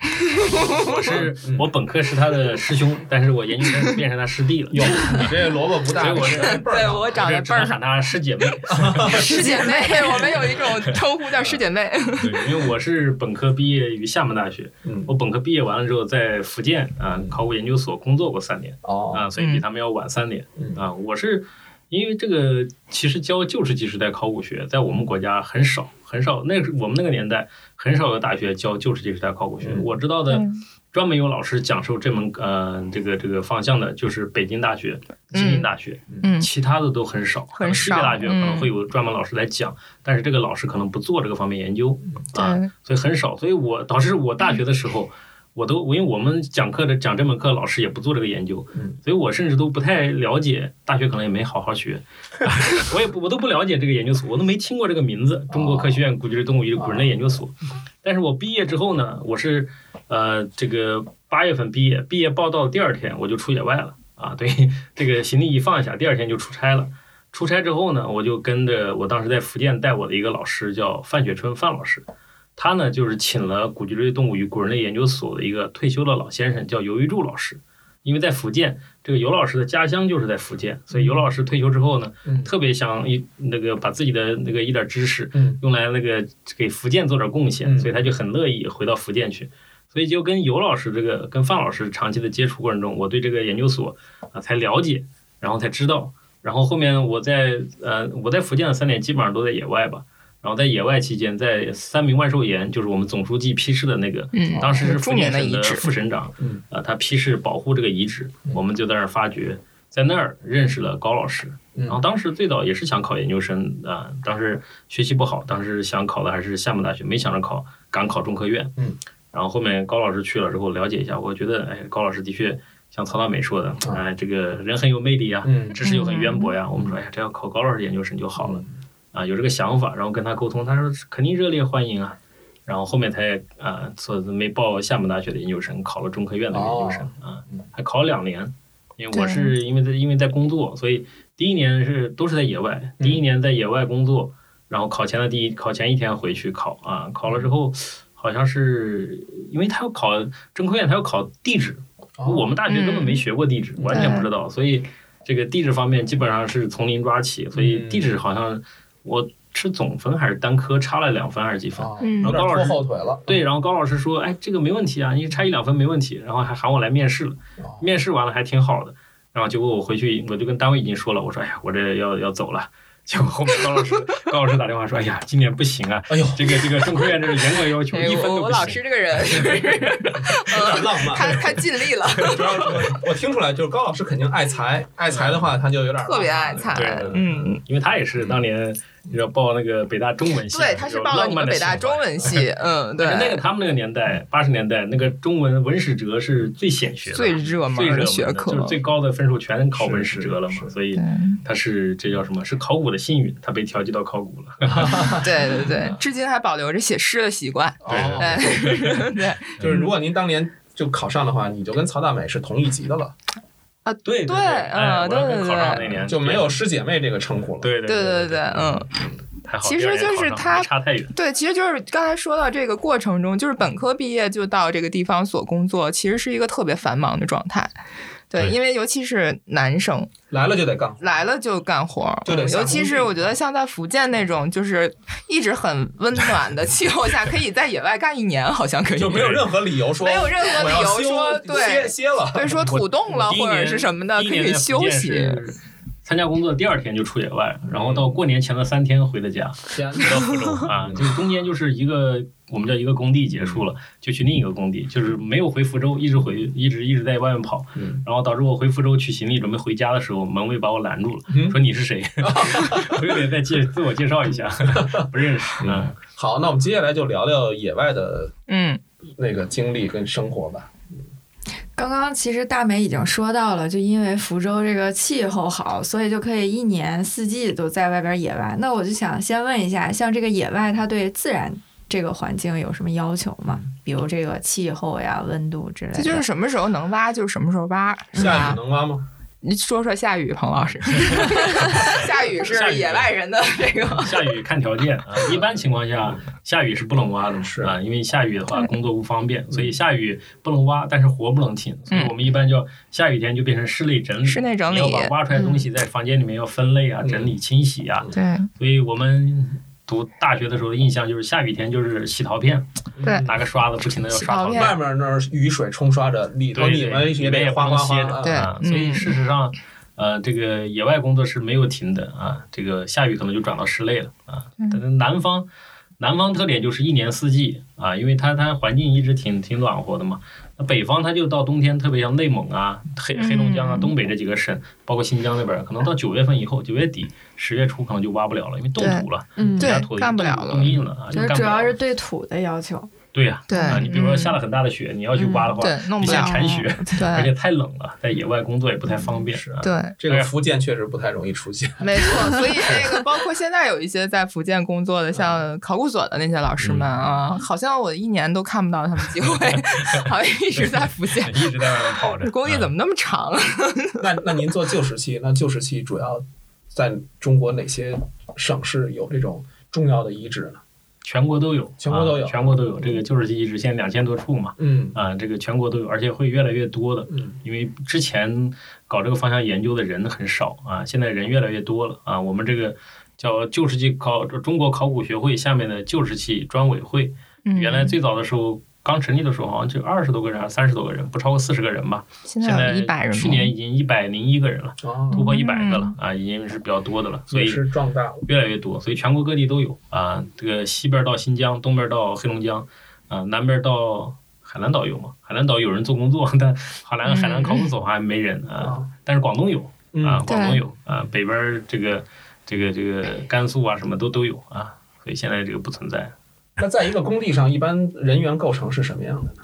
S3: 我是我本科是他的师兄，但是我研究生变成他师弟了，
S1: 哟，你这萝卜不大，
S3: 所以我
S1: 你
S3: 是
S1: 这辈儿
S4: 对
S1: 大
S4: 我长得
S3: 就是只
S4: 倍
S3: 能
S4: 儿
S3: 喊他师姐妹。
S4: 师姐妹，我们有一种称呼叫师姐妹。
S3: 对，因为我是本科毕业于厦门大学，
S1: 嗯，
S3: 我本科毕业完了之后，在福建啊、考古研究所工作过三年啊、
S1: 哦，
S3: 所以比他们要晚三年
S1: 嗯
S3: 啊、我是因为这个，其实教旧石器时代考古学在我们国家很少，很少。那个是我们那个年代很少有大学教旧石器时代考古学。
S1: 嗯
S3: 我知道的，专门有老师讲授这门呃这个这个方向的，就是北京大学、吉林大学，
S4: 嗯
S3: 其他的都很少。可能西北大学
S4: 很
S3: 可
S4: 少嗯
S3: 能会有专门老师来讲，但是这个老师可能不做这个方面研究
S1: 嗯
S3: 啊，
S4: 对，
S3: 所以很少。所以我导致我大学的时候，我都因为我们讲课的讲这门课老师也不做这个研究
S1: 嗯，
S3: 所以我甚至都不太了解，大学可能也没好好学，我也不我都不了解这个研究所，我都没听过这个名字——中国科学院古脊椎动物与古人类研究所。但是我毕业之后呢，我是呃这个八月份毕业，毕业报到的第二天我就出野外了啊，对， 这个行李一放下，第二天就出差了。出差之后呢，我就跟着我当时在福建带我的一个老师叫范雪春范老师，他呢就是请了古脊椎动物与古人类研究所的一个退休的老先生叫尤玉柱老师，因为在福建，这个尤老师的家乡就是在福建，所以尤老师退休之后呢，
S1: 嗯
S3: 特别想一那个把自己的那个一点知识
S1: 嗯
S3: 用来那个给福建做点贡献，
S1: 嗯
S3: 所以他就很乐意回到福建去。所以就跟尤老师这个跟范老师长期的接触过程中，我对这个研究所啊才了解，然后才知道。然后后面我在呃我在福建的三年基本上都在野外吧。然后在野外期间，在三明万寿岩，就是我们总书记批示的那个，
S4: 嗯
S3: 当时是
S4: 著
S3: 福
S4: 名
S3: 建
S4: 的
S3: 省
S4: 遗
S3: 的
S4: 址。
S3: 副省长，
S1: 嗯
S3: 呃，他批示保护这个遗址，我们就在那儿发掘，在那儿认识了高老师。
S1: 嗯
S3: 然后当时最早也是想考研究生啊、当时学习不好，当时想考的还是厦门大学，没想着考，敢考中科院。
S1: 嗯，
S3: 然后后面高老师去了之后了解一下，我觉得哎，高老师的确像曹大美说的，哎，这个人很有魅力啊，
S1: 嗯
S3: 知识又很渊博呀。我们说，哎呀，这要考高老师研究生就好了。
S4: 嗯
S3: 啊，有这个想法，然后跟他沟通，他说肯定热烈欢迎啊。然后后面才啊，所以没报厦门大学的研究生，考了中科院的研究生、啊
S1: 嗯，
S3: 还考了两年。因为我是因为在因为在工作，所以第一年是都是在野外，第一年在野外工作，然后考前的第一考前一天回去考啊，考了之后好像是因为他要考中科院，他要考地质，
S1: 哦
S3: 我们大学根本
S4: 嗯
S3: 没学过地质，完全不知道，所以这个地质方面基本上是从零抓起，所以地质好像我是总分还是单科差了两分还是几分？
S1: 啊
S4: 嗯
S1: 有点
S3: 高老
S1: 拖
S3: 师
S1: 后腿了。
S3: 对，然后高老师说，哎，这个没问题啊，你差一两分没问题，然后还喊我来面试了，
S1: 哦
S4: 嗯
S3: 面试完了还挺好的，然后结果我回去我就跟单位已经说了，我说哎呀，我这要要走了。 结果后面高老师高老师打电话说，哎呀，今年不行啊，
S1: 哎呦，
S3: 这个这个中科院这个严格要求，
S4: 哎
S3: 一分
S4: 我
S3: 都
S4: 我
S3: 不
S4: 老
S3: 行
S4: 师。这个人，嗯
S1: 很浪漫。
S4: 他他尽力了，
S1: 主要是我我听出来，就是高老师肯定爱财，爱财的话他就有点
S4: 特别爱
S1: 财。
S4: 菜。
S3: 对
S4: 嗯，
S3: 因为他也是当年要报那个北大中文系，
S4: 对，他是报了你们北大中文系，嗯，对，
S3: 而且那个他们那个年代，八十年代那个中文文史哲是最显学的、
S4: 最热门
S3: 最热
S4: 的
S3: 门
S4: 学科，
S3: 就是最高的分数全考文史哲了
S1: 是是
S3: 嘛。
S1: 是
S3: 所以
S4: 对
S3: 他是这叫什么？是考古的幸运，他被调剂到考古了。
S4: 对对对，至今还保留着写诗的习惯。
S1: 哦，
S4: 对对
S1: 就是如果您当年就考上的话，你就跟曹大美是同一级的了，
S3: 对
S4: 对
S3: 哎
S4: 嗯
S3: 我要
S4: 对
S3: 跟
S4: 对
S3: 考上
S4: 对
S3: 那年
S1: 就没有师姐妹这个称呼了。，
S3: 对对
S4: 对对对，嗯，
S3: 太好了。
S4: 其实就是
S3: 第二年考上
S4: 他
S3: 没差太远，
S4: 对，其实就是刚才说到这个过程中，就是本科毕业就到这个地方所工作，其实是一个特别繁忙的状态。对，
S3: 对
S4: 因为尤其是男生
S1: 来了就得干。
S4: 来了就干活儿，
S1: 就得
S4: 嗯
S1: 下
S4: 尤其
S1: 工
S4: 是
S1: 地
S4: 我觉得像在福建那种就是一直很温暖的气候下，可以在野外干一年，好像可以
S1: 就没有任何理由说，
S4: 没有任何
S1: 我
S4: 理
S1: 要
S4: 由
S1: 休
S4: 说对
S1: 歇歇了。
S4: 所以说土冻了
S3: 我第一
S4: 啊或者
S3: 年
S4: 是什么的，
S3: 第一
S4: 可
S3: 年
S4: 以
S3: 在福
S4: 休
S3: 建
S4: 息。
S3: 是参加工作的第二天就出野外，然后
S4: 嗯
S3: 到过年前的三天回的家，
S1: 天
S3: 回到福州啊，就中间就是一个我们叫一个工地结束了，就去另一个工地，就是没有回福州，一直回一直一直在外面跑，
S1: 嗯
S3: 然后导致我回福州取行李准备回家的时候，门卫把我拦住了，
S1: 嗯
S3: 说你是谁？我又得再介自我介绍一下， 不认识。嗯，
S1: 好，那我们接下来就聊聊野外的
S4: 嗯，
S1: 那个经历跟生活吧。
S2: 刚刚其实大美已经说到了，就因为福州这个气候好，所以就可以一年四季都在外边野外。那我就想先问一下，像这个野外，它对自然这个环境有什么要求吗？比如这个气候呀、温度之类的。
S4: 这就是什么时候能挖就什么时候挖，是
S1: 下
S4: 吧
S1: 雨？能挖吗？
S4: 你说说下雨，彭老师， 下雨
S3: 下
S4: 是
S3: 雨
S4: 野外人的这个，
S3: 啊下雨看条件啊，一般情况下下雨是不能挖的嘛，
S1: 是
S3: 啊，因为下雨的话工作不方便，所以下雨不能挖，但是活不能停，所以我们一般就下雨天就变成室内整理，
S4: 室内整理
S3: 你要把挖出来的东西在房间里面要分类啊、
S1: 嗯
S3: 整理、清洗啊，
S4: 对
S3: 所以我们。读大学的时候的印象就是下雨天就是洗陶片，
S4: 嗯对
S1: 嗯
S3: 拿个刷子不停的要刷
S4: 洗陶
S3: 陶
S4: 片
S1: 外面那儿雨水冲刷着，里头
S3: 对
S1: 你们也
S3: 也
S1: 得
S3: 不
S1: 哗
S3: 能
S1: 哗
S3: 歇
S1: 哗
S3: 着，
S1: 啊。
S4: 对
S3: 啊，所以
S4: 嗯
S3: 事实上，呃，这个野外工作是没有停的啊，这个下雨可能就转到室内了啊。
S4: 嗯
S3: 但是南方，南方特点就是一年四季啊，因为它它环境一直挺挺暖和的嘛。那北方它就到冬天，特别像内蒙啊、黑黑龙江啊、
S4: 嗯
S3: 东北这几个省，包括新疆那边儿，可能到九月份以后，九月底、十月初可能就挖不了了，因为冻
S4: 对
S3: 土了，
S2: 嗯，
S4: 对
S3: 人家土已经
S4: 干不
S3: 冻
S4: 了了
S3: 冻硬了啊，
S2: 就
S3: 就是干
S2: 主
S3: 不
S2: 要
S3: 了
S2: 是
S3: 了。
S2: 对土的要求。
S3: 对呀，
S4: 对
S3: 啊，你比如说
S4: 嗯
S3: 下了很大的雪，你要去挖的话，
S4: 对，弄
S3: 你
S4: 不
S3: 现在
S4: 了，
S3: 铲雪，而且
S4: 对嗯
S3: 太冷了，在野外工作也不太方便。啊
S4: 对。
S1: 这个福建确实不太容易出现。
S4: 没错，所以这个包括现在有一些在福建工
S3: 嗯
S4: 作的，像考古所的那些老师们啊，好像我一年都看不到他们机会，好像一直在福 建。。
S3: 一直在外面 跑着啊
S4: 工地怎
S3: 么？
S4: 么那么长？啊
S1: 那那您做旧石器，那旧石器主要在中国哪些省市有这种重要的遗址呢？
S3: 全国都有，
S1: 全国都有
S3: 啊全国都有。这个就是一直现在两千多处嘛，
S1: 嗯
S3: 啊，这个全国都有，而且会越来越多的。
S1: 嗯，
S3: 因为之前搞这个方向研究的人很少啊，现在人越来越多了啊。我们这个叫旧石器考中国考古学会下面的旧石器专委会，
S4: 嗯
S3: 原来最早的时候。刚成立的时候好像就二十多个人还是三十多个人，不超过四十个人吧。
S4: 现
S3: 现
S4: 在
S3: 在
S4: 嗯有一百人吗，
S3: 去年已经一百零一个人了，
S1: 哦，
S3: 突破一百个了啊，已经是比较多的了。所
S1: 也
S3: 以
S1: 是壮大了。
S3: 越来越多，所以全国各地都有啊。这个西边到新疆，东边到黑龙江，啊，南边到海南岛有吗？海南岛有人做工作， 但海南
S4: 嗯
S3: 海南考古所还没人啊。
S1: 啊
S3: 但是广东有啊，
S1: 嗯，
S3: 广东
S4: 对
S3: 有啊，北边这个这个这个甘肃啊，什么都都有啊。所以现在这个不存在。
S1: 那在一个工地上，一般人员构成是什么样的呢？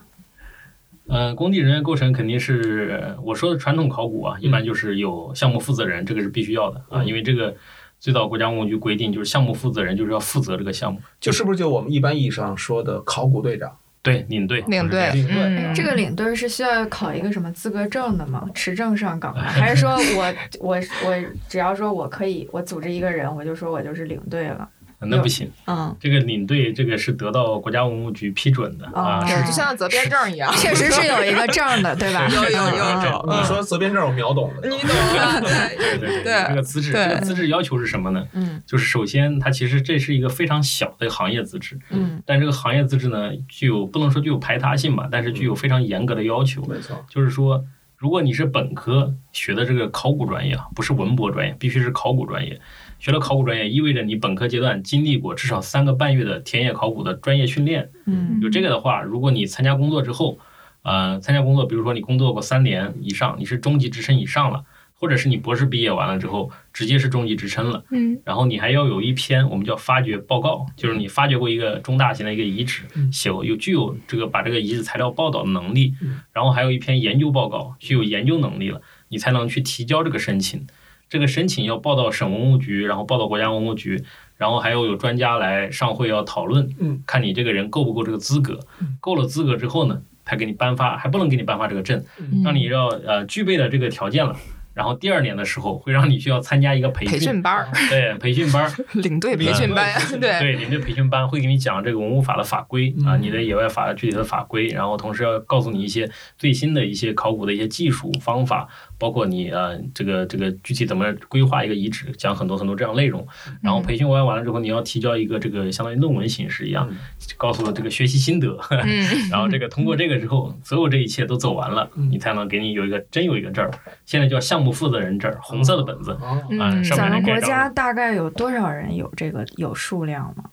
S3: 呃，工地人员构成肯定是我说的传统考古啊，一般就是有项目负责人，这个是必须要的啊，
S1: 嗯
S3: 因为这个最早国家文物局规定，就是项目负责人就是要负责这个项目，
S1: 就是不是就我们一般意义上说的考古队长？
S3: 对，领队，
S4: 领
S3: 就是这
S4: 队
S3: 样，
S1: 领队
S4: 嗯，
S2: 哎这个领队是需要考一个什么资格证的吗？持证上岗吗？还是说我我我只要说我可以，我组织一个人，我就说我就是领队了？
S3: 那不行。
S2: 嗯，
S3: 这个领队这个是得到国家文物局批准的啊，
S2: 哦
S4: 对，
S3: 是
S4: 嗯就像责编证一样，
S2: 确实是有一个证的，对 吧？
S4: 有有有
S2: 嗯
S4: 有，
S1: 啊你说责编证我秒懂的，
S4: 你懂的，
S3: 对
S4: 对
S3: 对
S4: 对
S3: 这个资质，
S4: 对
S3: 这个资质要求是什么呢？
S2: 嗯
S3: 就是首先，它其实这是一个非常小的行业资质，
S2: 嗯
S3: 但这个行业资质呢，具有不能说具有排他性吧，但是具有非常严格的要求。
S1: 没错。
S3: 就是说，如果你是本科学的这个考古专业啊，不是文博专业，必须是考古专业。学了考古专业，意味着你本科阶段经历过至少三个半月的田野考古的专业训练，
S2: 嗯
S3: 有这个的话，如果你参加工作之后，呃，参加工作，比如说你工作过三年以上，你是中级职称以上了，或者是你博士毕业完了之后，直接是中级职称了。
S4: 嗯
S3: 然后你还要有一篇我们叫发掘报告，就是你发掘过一个中大型的一个遗址，写过有具有这个把这个遗址材料报道的能力
S1: 嗯，
S3: 然后还有一篇研究报告，具有研究能力了，你才能去提交这个申请。这个申请要报到省文物局，然后报到国家文物局，然后还要有专家来上会要讨论
S1: 嗯，
S3: 看你这个人够不够这个资格。够了资格之后呢，才给你颁发，还不能给你颁发这个证，
S4: 嗯
S3: 让你要呃具备了这个条件了。然后第二年的时候，会让你需要参加一个培
S4: 培训班儿，
S3: 对，培训班儿，
S4: 领队培训班，对，
S3: 对，领队培训班会给你讲这个文物法的法规啊，
S1: 嗯
S3: 你的野外法具体的法规，然后同时要告诉你一些最新的一些考古的一些技术方法，包括你呃这个这个具体怎么规划一个遗址，讲很多很多这样内容。
S1: 嗯
S3: 然后培训完完了之后，你要提交一个这个相当于论文形式一样
S1: 嗯，
S3: 告诉这个学习心得，
S4: 嗯，
S3: 然后这个通过这个之后，所有这一切都走完了，
S1: 嗯
S3: 你才能给你有一个真有一个证儿，现在叫项目负责人证儿，红色的本子。
S1: 哦
S4: 嗯
S3: 啊，上面
S2: 咱
S3: 那
S2: 们
S3: 盖
S2: 国
S3: 章
S2: 家大概有多少人有这个有数量吗？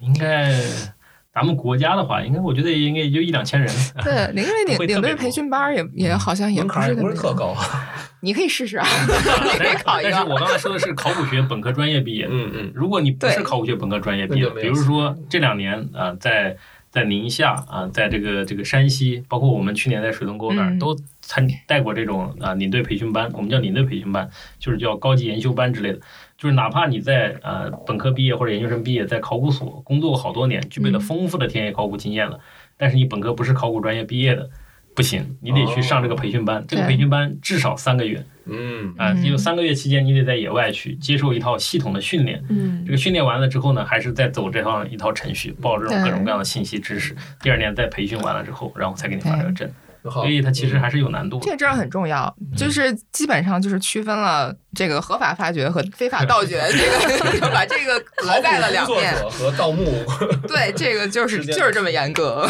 S3: 应该咱们国家的话，应该我觉得应该也就一两千人。
S4: 对，领队领
S3: 会特别
S4: 领队培
S3: 多嗯
S4: 训班儿也也好像也
S1: 门
S4: 不
S1: 槛儿也
S4: 是
S1: 不是特
S4: 高，
S1: 高，
S4: 你可以试试啊， 你可以
S3: 但是
S4: 考一
S3: 但是
S4: 个。
S3: 我刚才说的是考古学本科专业毕业，
S1: 嗯嗯，
S3: 如果你不是
S4: 对
S3: 考古学本科专业毕业
S1: 那
S3: 的，
S1: 就没
S3: 比
S1: 有
S3: 如说这两年啊、在在宁夏啊、在这个这个山西，包括我们去年在水东沟那儿、
S4: 嗯
S3: 都参带过这种啊、领队培训班，我们叫领队培训班，就是叫高级研修班之类的。就是哪怕你在呃本科毕业或者研究生毕业，在考古所工作过好多年，具备了
S4: 嗯
S3: 丰富的田野考古经验了，但是你本科不是考古专业毕业的，不行，你得去上这个培训班。这个
S4: 对
S3: 培训班至少三个月，
S1: 嗯
S3: 啊，
S4: 嗯
S3: 有三个月期间，你得在野外去接受一套系统的训练。
S2: 嗯
S3: 这个训练完了之后呢，还是再走这套一套程序，报这种
S4: 对
S3: 各种各样的信息知识。第二年再培训完了之后，然后才给你发这个证。
S1: 嗯，好
S3: 所，以它其实还是有难度的。
S4: 这个证儿很重要，就是基本上就是区分了这个合法发掘和非法盗 掘，这个就把这个隔在嗯了两
S1: 考古工
S4: 面。
S1: 作者和盗墓，
S4: 对，这个就是
S1: 之间
S4: 就是这么严格。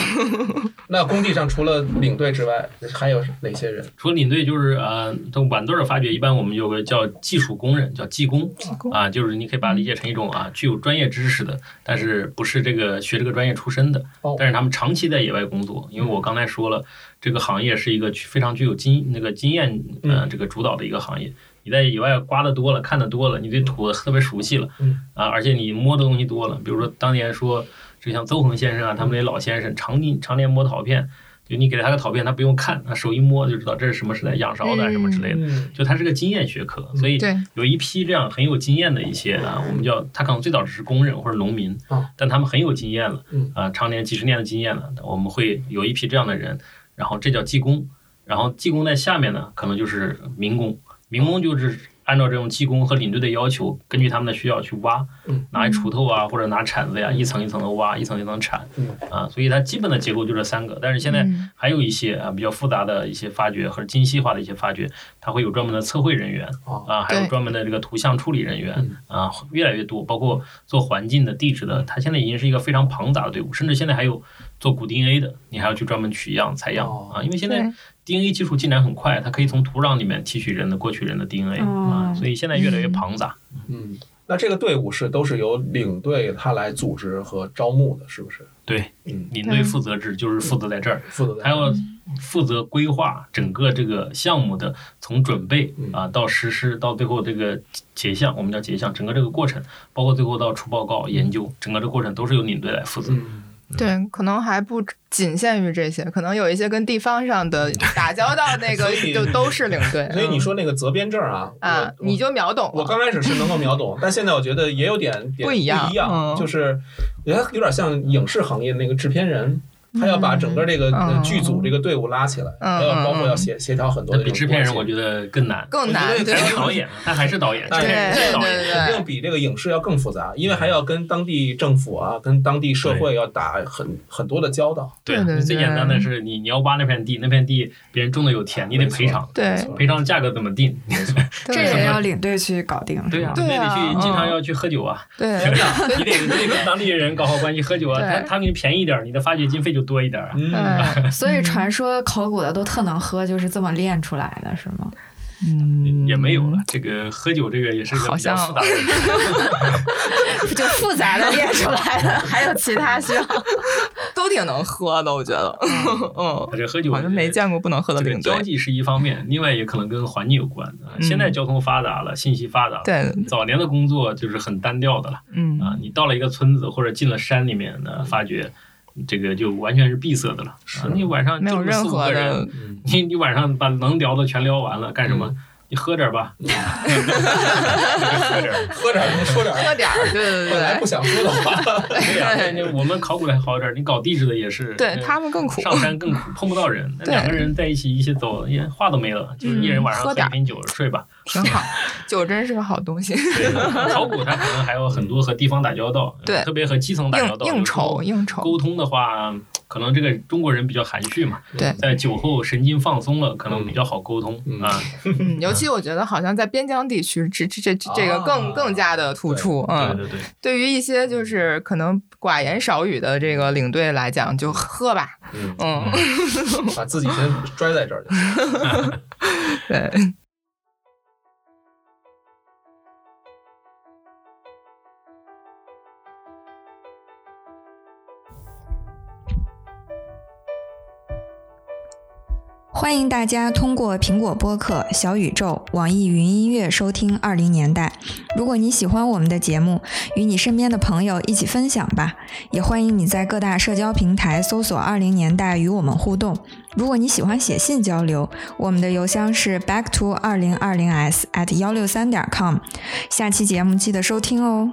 S1: 那工地上除了领队之外，还有哪些人？
S3: 除了领队，就是呃，这种晚队儿的发掘，一般我们有个叫技术工人，叫技工
S4: 工
S3: 啊，就是你可以把它理解成一种啊，具有专业知识的，但是不是这个学这个专业出身的
S1: 哦，
S3: 但是他们长期在野外工作，因为我刚才说了，这个行业是一个具非常具有经那个经验呃
S1: 嗯
S3: 这个主导的一个行业。你在野外刮的多了，看的多了，你对土特别熟悉了，
S1: 嗯
S3: 啊，而且你摸的东西多了，比如说当年说，就像邹恒先生啊，他们那老先生常年常年摸陶片，就你给他个陶片，他不用看，他手一摸就知道这是什么时代仰韶的啊
S4: 嗯
S3: 什么之类的。
S1: 嗯
S3: 就它是个经验学科，所以
S4: 对，
S3: 有一批这样很有经验的一些啊，我们叫他可能最早只是工人或者农民
S1: 哦，
S3: 但他们很有经验了
S1: 嗯，
S3: 啊，常年几十年的经验了，我们会有一批这样的人，然后这叫技工，然后技工在下面呢，可能就是民工，民工就是按照这种技工和领队的要求，根据他们的需要去挖
S1: 嗯，
S3: 拿一锄头啊或者拿铲子呀，一层一层的挖，一层一层地铲
S1: 嗯，
S3: 啊，所以它基本的结构就这三个，但是现在
S4: 嗯
S3: 还有一些啊比较复杂的一些发掘和精细化的一些发掘，它会有专门的测绘人员
S1: 哦
S3: 啊，还有
S4: 对
S3: 专门的这个图像处理人员
S1: 嗯
S3: 啊，越来越多，包括做环境的、地质的，它现在已经是一个非常庞大的队伍，甚至现在还有做骨 DNA 的，你还要去专门取样采样
S1: 哦
S3: 啊，因为现在
S4: 对
S3: DNA 技术进展很快，它可以从土壤里面提取人的过去人的 DNA 啊，
S2: 哦
S3: 所以现在越来越庞杂。
S1: 嗯，那这个队伍是都是由领队他来组织和招募的，是不是？
S3: 对，
S1: 嗯，
S3: 领队
S4: 嗯
S3: 负责制就是负责在这儿，
S1: 负责
S3: 还
S1: 在
S3: 要负责规划整个这个项目的从准备
S1: 嗯
S3: 啊到实施到最后这个结项，我们叫结项，整个这个过程，包括最后到出报告、研究，整个这个过程都是由领队来负责。
S1: 嗯，
S4: 对，可能还不仅限于这些，可能有一些跟地方上的打交 道，那个
S1: 所以
S4: 就都是领队。
S1: 所以你
S4: 嗯
S1: 说那个责编证啊，
S4: 啊，
S1: 我
S4: 你就秒懂
S1: 我
S4: 了。
S1: 刚开始是能够秒懂，但现在我觉得也有点点
S4: 不一样
S1: 不一样，
S4: 嗯
S1: 就是我觉得有点像影视行业那个制片人。他要把整个这个呃
S4: 嗯
S1: 剧组这个队伍拉起来，
S4: 嗯
S1: 还要包括要
S4: 嗯
S1: 协协调很多
S3: 那
S1: 的这种
S3: 比制片人
S1: 关
S3: 我
S1: 系
S3: 觉得更难，
S4: 更难
S1: 我觉得
S4: 对
S3: 还是导演，他还是导演，
S1: 对
S3: 制片人是导演。
S4: 对
S1: 肯定比这个影视要更复杂，因为还要跟当地政府啊、跟当地社会要打很很多的交道。
S3: 对
S4: 对对对
S3: 最简单的是你你要挖那片地，那片地别人种的有田，你得
S1: 没错
S3: 赔偿，
S1: 没
S4: 对
S1: 错
S3: 赔偿价格怎么定？
S2: 这
S4: 对
S2: 也要领队去搞定，
S3: 对
S2: 是
S3: 啊
S2: 吗，
S3: 那
S4: 对
S3: 得
S4: 啊
S3: 去经常
S4: 嗯
S3: 要去喝酒啊，
S4: 对
S3: 真的，你得你得跟当地人搞好关系，喝酒啊，
S4: 对
S3: 他他给你便宜一点儿，你的发掘经费就多一点儿啊。
S1: 嗯，
S4: 对，
S2: 所以传说考古的都特能喝，就是这么练出来的，是吗？
S4: 嗯
S3: 也没有了，这个喝酒这个也是个
S4: 好
S3: 比较
S4: 像
S3: 复杂的问题。
S2: 就复杂的练出来的，还有
S4: 其他需要都都挺能喝的，我觉得，嗯，
S3: 而且喝酒
S4: 好像没见过不能喝的
S3: 这
S4: 领
S3: 个交
S4: 队。
S3: 际是一方面，另外也可能跟环境有关。啊
S4: 嗯
S3: 现在交通发达了，信息发达了，
S4: 对，
S3: 早年的工作就是很单调的了
S4: 嗯，
S3: 啊。你到了一个村子或者进了山里面呢，发觉这个就完全是闭塞的了。
S1: 是
S3: 啊，你晚上
S4: 没有
S3: 就这么
S4: 任
S3: 四五
S4: 何
S3: 个人
S4: 的，嗯
S1: 嗯
S3: 你你晚上把能聊的全聊完了，干什么？你喝点儿 吧，喝点儿。
S1: 喝点儿，说点儿
S4: 喝点儿，对对
S1: 本来
S4: 对
S1: 不想说的话，
S3: 对呀、那我们考古的还好一点儿，你搞地质的也是。
S4: 对，对
S3: 那
S4: 他们更苦，
S3: 上山更 苦，碰不到人。那
S4: 对嗯
S3: 两个人在一起一起走，也话都没了，就是一人晚上
S4: 喝
S3: 喝
S4: 点
S3: 一
S4: 儿
S3: 瓶酒睡 吧。
S4: 挺好。酒真是个好东西，
S3: 对考古它可能还有很多和地方打交道，
S4: 对
S3: 特别和基层打交
S4: 应
S3: 道。
S4: 应酬应酬，
S3: 沟通的话，可能这个中国人比较含蓄嘛，
S4: 对
S3: 在酒后神经放松了，可能比较好沟通
S1: 嗯
S3: 啊。
S4: 嗯，尤其我觉得好像在边疆地区，这这这这这个更
S1: 啊
S4: 更加的突出，嗯，
S3: 对对对，
S4: 对于一些就是可能寡言少语的这个领队来讲，就喝吧，
S1: 嗯，
S4: 嗯，
S1: 把自己先拽在这儿就行。
S4: 对，
S2: 欢迎大家通过苹果播客、小宇宙、网易云音乐收听《二零年代》。如果你喜欢我们的节目，与你身边的朋友一起分享吧。也欢迎你在各大社交平台搜索“二零年代”与我们互动。如果你喜欢写信交流，我们的邮箱是 back to 二零二零 s at 幺六三点 com。下期节目记得收听哦。